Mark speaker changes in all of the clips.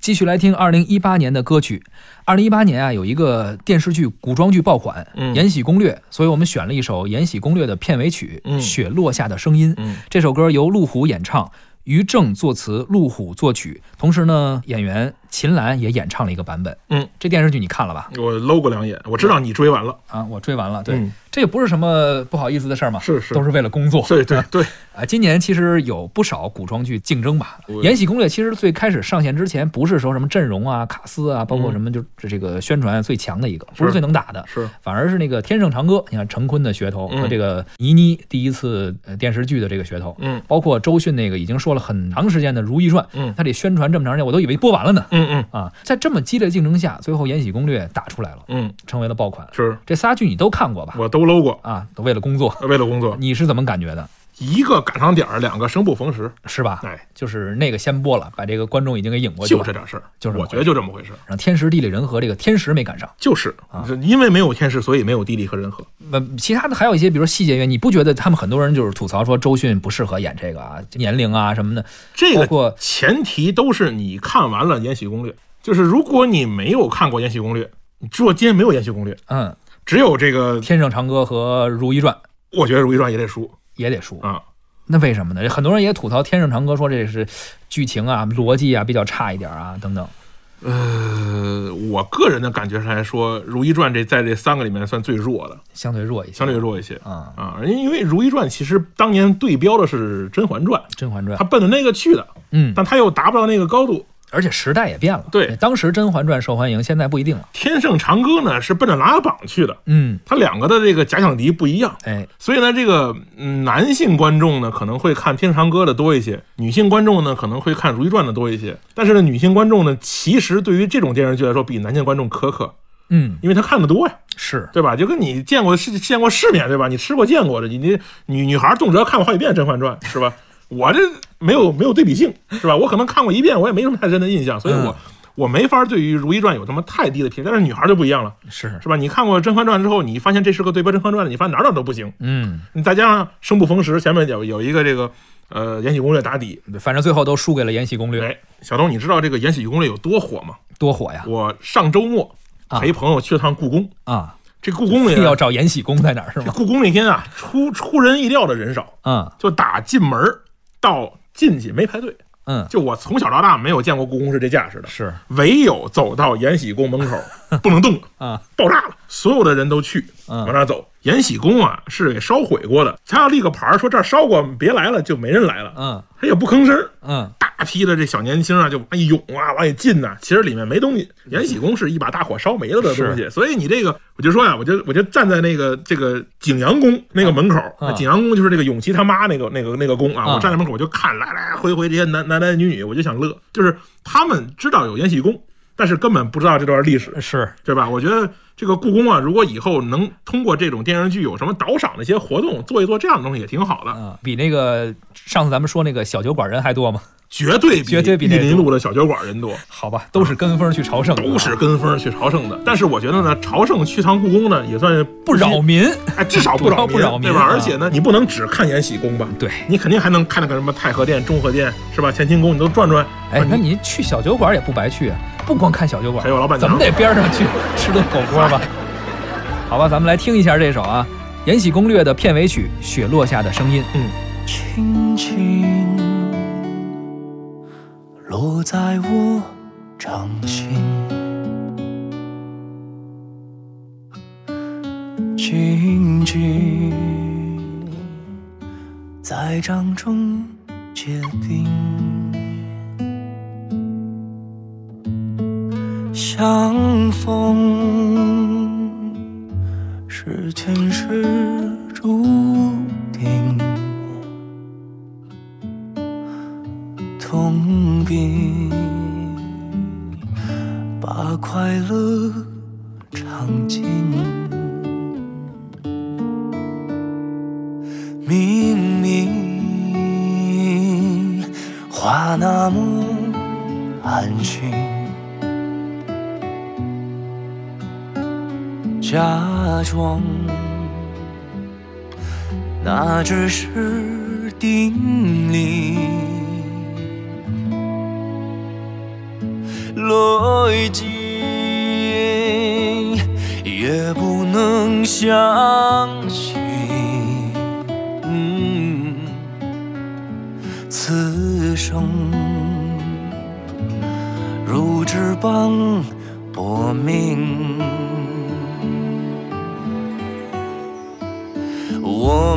Speaker 1: 继续来听二零一八年的歌曲。二零一八年啊，有一个电视剧古装剧爆款《
Speaker 2: 嗯
Speaker 1: 延禧攻略》，所以我们选了一首《延禧攻略》的片尾曲《
Speaker 2: 嗯
Speaker 1: 雪落下的声音》。
Speaker 2: 嗯
Speaker 1: 这首歌由陆虎演唱，于正作词，陆虎作曲。同时呢，演员秦岚也演唱了一个版本。
Speaker 2: 嗯，
Speaker 1: 这电视剧你看了吧？
Speaker 2: 我搂过两眼，我知道你追完了，
Speaker 1: 啊，我追完了。对，
Speaker 2: 嗯
Speaker 1: 这也不是什么不好意思的事儿嘛，
Speaker 2: 是是
Speaker 1: 都是为了工作。
Speaker 2: 对对对，
Speaker 1: 啊，今年其实有不少古装剧竞争吧，《延禧攻略》其实最开始上线之前，不是说什么阵容啊、卡司啊，包括什么就这个宣传啊最强的一个，不是
Speaker 2: 是
Speaker 1: 最能打的，
Speaker 2: 是
Speaker 1: 反而是那个《天盛长歌》，你看陈坤的噱头和这个倪妮第一次呃电视剧的这个噱头，
Speaker 2: 嗯
Speaker 1: 包括周迅那个已经说了很长时间的《如懿传》，
Speaker 2: 嗯
Speaker 1: 他得宣传这么长时间，我都以为播完了呢。
Speaker 2: 嗯嗯
Speaker 1: 啊，在这么激烈的竞争下，最后《延禧攻略》打出来了，
Speaker 2: 嗯，
Speaker 1: 成为了爆款。
Speaker 2: 是
Speaker 1: 这仨剧你都看过吧？
Speaker 2: 我都搂过，
Speaker 1: 啊，都为了工作，
Speaker 2: 为了工作，
Speaker 1: 你是怎么感觉的？
Speaker 2: 一个赶上点儿，两个生不逢时，
Speaker 1: 是吧？
Speaker 2: 哎，
Speaker 1: 就是那个先播了，把这个观众已经给引过去
Speaker 2: 就
Speaker 1: 了。
Speaker 2: 这点事儿，
Speaker 1: 就是
Speaker 2: 我觉得就这么回事，
Speaker 1: 然后天时地利人和，这个天时没赶上，
Speaker 2: 就是
Speaker 1: 啊
Speaker 2: 是因为没有天时，所以没有地利和人和，
Speaker 1: 那呃其他的还有一些，比如说细节原因，你不觉得他们很多人就是吐槽说周迅不适合演这个啊，年龄啊什么的，
Speaker 2: 这
Speaker 1: 包
Speaker 2: 个
Speaker 1: 括
Speaker 2: 前提都是你看完了《延禧攻略》，就是如果你没有看过《延禧攻略》，你知道今天没有《延禧攻略》，
Speaker 1: 嗯，
Speaker 2: 只有这个，
Speaker 1: 《天盛长歌》和《如懿传》
Speaker 2: 我觉得《如懿传》也得输
Speaker 1: 也得输。
Speaker 2: 啊。
Speaker 1: 那为什么呢？很多人也吐槽《天盛长歌》，说这是剧情啊、逻辑啊比较差一点啊等等。
Speaker 2: 呃，我个人的感觉上来说，《如懿传》这在这三个里面算最弱的，
Speaker 1: 相对弱一些，
Speaker 2: 相对弱一些
Speaker 1: 啊，
Speaker 2: 啊。因为《如懿传》其实当年对标的是《甄嬛传》，
Speaker 1: 《甄嬛传
Speaker 2: 他》奔着那个去的，
Speaker 1: 嗯，
Speaker 2: 但他又达不到那个高度。
Speaker 1: 而且时代也变了，哎
Speaker 2: 对
Speaker 1: 当时《甄嬛传》受欢迎，现在不一定了，
Speaker 2: 《天盛长歌》呢是奔着琅琊榜去的，
Speaker 1: 嗯，
Speaker 2: 它两个的这个假想敌不一样。
Speaker 1: 哎，
Speaker 2: 所以呢，这个嗯男性观众呢可能会看《天长歌》的多一些，女性观众呢可能会看《如懿传》的多一些。但是呢，女性观众呢，其实对于这种电视剧来说，比男性观众苛刻，
Speaker 1: 嗯，
Speaker 2: 因为她看的多呀，
Speaker 1: 是，
Speaker 2: 对吧？就跟你见过世见过世面，对吧？你吃过见过的，你你女女孩动辄看过好几遍《甄嬛传》，是吧？我这没有没有对比性，是吧？我可能看过一遍，我也没什么太深的印象，所以我、
Speaker 1: 嗯
Speaker 2: 我没法对于《如懿传》有他妈太低的评价。但是女孩就不一样了，
Speaker 1: 是，
Speaker 2: 是吧？你看过《甄嬛传》之后，你发现这是个对标《甄嬛传》的，你发现哪儿哪儿都不行。
Speaker 1: 嗯，
Speaker 2: 你再加上生不逢时，前面有有一个这个呃《延禧攻略》打底。
Speaker 1: 反正最后都输给了《延禧攻略》，
Speaker 2: 哎，小东，你知道这个《延禧攻略》有多火吗？
Speaker 1: 多火呀！
Speaker 2: 我上周末
Speaker 1: 啊
Speaker 2: 陪朋友去了趟故宫，
Speaker 1: 啊，
Speaker 2: 这故 宫里
Speaker 1: 非要
Speaker 2: 呢，
Speaker 1: 找延禧宫在哪儿是
Speaker 2: 这
Speaker 1: 吗？
Speaker 2: 故宫那天啊，出出人意料的人少，
Speaker 1: 嗯
Speaker 2: 就打进门儿到进去没排队。
Speaker 1: 嗯，
Speaker 2: 就我从小到大没有见过故宫是这架势的，
Speaker 1: 是
Speaker 2: 唯有走到延禧宫门口不能动了，
Speaker 1: 啊，
Speaker 2: 爆炸了，所有的人都去
Speaker 1: 嗯
Speaker 2: 往那儿走。延禧宫啊是给烧毁过的，他要立个牌儿说这儿烧过，别来了，就没人来了。
Speaker 1: 嗯
Speaker 2: 他也不吭声儿，
Speaker 1: 嗯，
Speaker 2: 大批的这小年轻啊就往里涌啊，往里进呐、其实里面没东西，
Speaker 1: 嗯
Speaker 2: 延禧宫是一把大火烧没了的东西，所以你这个，我就说啊呀、我就我就站在那个这个景阳宫那个门口，那景阳宫就是那个永琪他妈那个那个那个宫啊，
Speaker 1: 啊
Speaker 2: 我站在门口我就看来来回回这些男男男女女，我就想乐，就是他们知道有延禧宫，但是根本不知道这段历史，
Speaker 1: 是
Speaker 2: 对吧？我觉得这个故宫啊，如果以后能通过这种电视剧有什么导赏的一些活动，做一做这样的东西也挺好的，
Speaker 1: 嗯，比那个上次咱们说那个小酒馆人还多吗？
Speaker 2: 绝对比
Speaker 1: 绝对比
Speaker 2: 玉
Speaker 1: 那
Speaker 2: 林
Speaker 1: 多
Speaker 2: 路的小酒馆人多。
Speaker 1: 好吧，都是跟风去朝圣的，啊
Speaker 2: 都是跟风去朝圣的。但是我觉得呢，朝圣去趟故宫呢，也算
Speaker 1: 不扰，民。
Speaker 2: 哎，至少不扰
Speaker 1: 不扰民
Speaker 2: 对吧？
Speaker 1: 啊
Speaker 2: 而且呢，你不能只看延禧宫吧，
Speaker 1: 对，
Speaker 2: 你肯定还能看那个什么太和殿、中和殿，是吧？乾清宫你都转转。
Speaker 1: 哎，那你去小酒馆也不白去，啊，不光看小酒馆，
Speaker 2: 还有老板
Speaker 1: 怎
Speaker 2: 娘
Speaker 1: 么得边上去 吃顿火锅 吧？好吧，咱们来听一下这首啊，《延禧攻略》的片尾曲《雪落下的声音》。
Speaker 3: 轻轻落在我掌心，静静在掌中结冰，相逢是前世注定。痛并把快乐尝尽。明明话那么安心，假装那只是定理。泪尽，也不能相信。嗯，此生如纸般薄命。我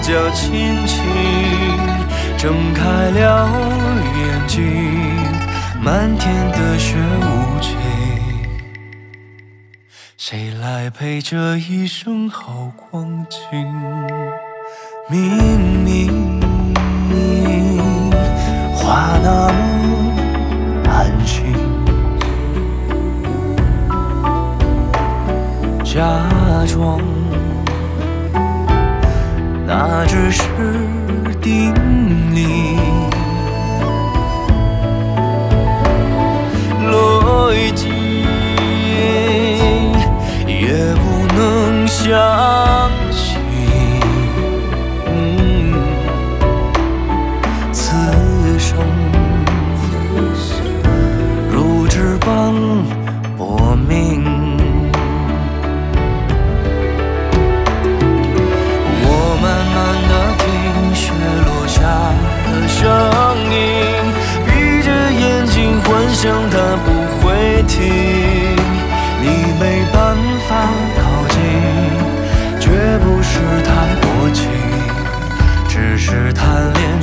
Speaker 3: 脚轻轻睁开了眼睛，漫天的雪无情，谁来陪这一生好光景？明明话那么寒心。假装那只是定理，逻辑也不能相信。嗯，此生如纸般薄命。我慢慢的听雪落下的声音，闭着眼睛幻想它不会停。你没办法靠近，绝不是太薄情，只是贪恋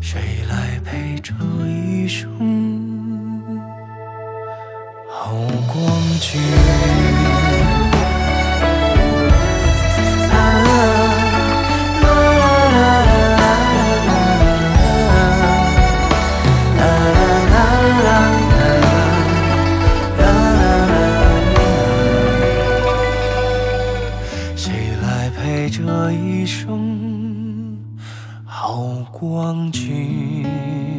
Speaker 3: 谁来陪这一生好光景？啊啦啦啦啦啦啦啦啦啦啦啦啦啦谁来陪这一生？好光景。嗯嗯